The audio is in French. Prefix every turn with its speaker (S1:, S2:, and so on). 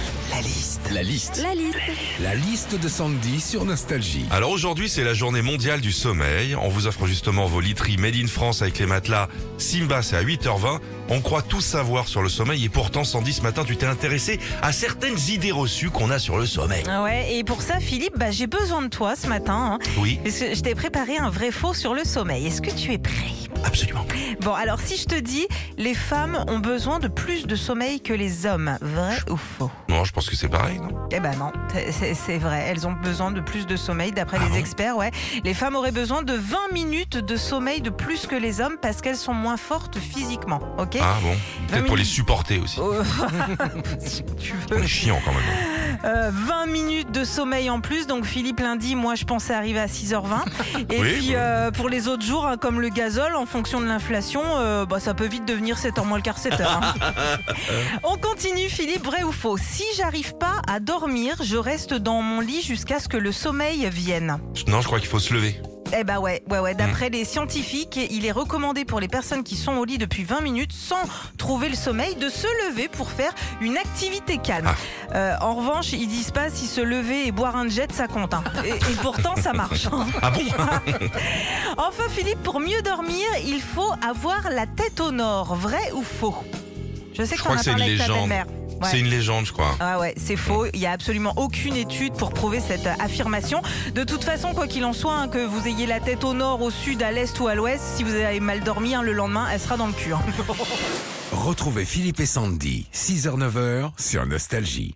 S1: La liste. La liste.
S2: La liste.
S1: La liste de Sandy sur Nostalgie.
S3: Alors aujourd'hui, c'est la journée mondiale du sommeil. On vous offre justement vos literies Made in France avec les matelas Simba, c'est à 8h20. On croit tout savoir sur le sommeil et pourtant, Sandy, ce matin, tu t'es intéressé à certaines idées reçues qu'on a sur le sommeil.
S4: Ah Ouais, et pour ça, Philippe, bah, j'ai besoin de toi ce matin. hein,
S3: Oui,
S4: parce que je t'ai préparé un vrai faux sur le sommeil. Est-ce que tu es prêt
S3: absolument.
S4: Bon, alors si je te dis, les femmes ont besoin de plus de sommeil que les hommes, vrai ou faux
S3: Non, je pense que c'est pareil, non
S4: Eh ben non, c'est- c'est c'est vrai. Elles ont besoin de plus de sommeil, d'après
S3: Ah
S4: les
S3: bon
S4: experts, ouais. Les femmes auraient besoin de 20 minutes de sommeil de plus que les hommes parce qu'elles sont moins fortes physiquement, ok
S3: Ah bon Peut-être pour les
S4: minutes.
S3: supporter aussi.
S4: Euh, si tu veux.
S3: On est chiant quand même.
S4: Euh, 20 minutes de sommeil en plus. Donc Philippe lundi, moi je pensais arriver à 6h20. Et
S3: Oui,
S4: puis
S3: oui.
S4: euh, pour les autres jours, hein, comme le gazole, en fonction de l'inflation, euh, bah, ça peut vite devenir 7h moins le quart 7h. hein. On continue Philippe, vrai ou faux Si j'arrive pas à dormir, je reste dans mon lit jusqu'à ce que le sommeil vienne.
S3: Non, je crois qu'il faut se lever.
S4: Eh bah ouais, ouais, ouais. D'après
S3: Mm.
S4: les scientifiques, il est recommandé pour les personnes qui sont au lit depuis 20 minutes sans trouver le sommeil de se lever pour faire une activité calme.
S3: Ah.
S4: Euh, en revanche, ils disent pas si se lever et boire un jet, ça compte. hein. Et, et pourtant, ça marche. hein.
S3: Ah bon
S4: Enfin, Philippe, pour mieux dormir, il faut avoir la tête au nord. Vrai ou faux Je sais
S3: Je
S4: que t'en
S3: crois que
S4: as
S3: c'est une
S4: parlé avec ta
S3: légende.
S4: belle-mère. Ouais.
S3: C'est une légende, je crois.
S4: Ah ouais, c'est faux. Il n'y a absolument aucune étude pour prouver cette euh, affirmation. De toute façon, quoi qu'il en soit, hein, que vous ayez la tête au nord, au sud, à l'est ou à l'ouest, si vous avez mal dormi, hein, le lendemain, elle sera dans le cul. hein.
S1: Retrouvez Philippe et Sandy, 6h-9h sur Nostalgie.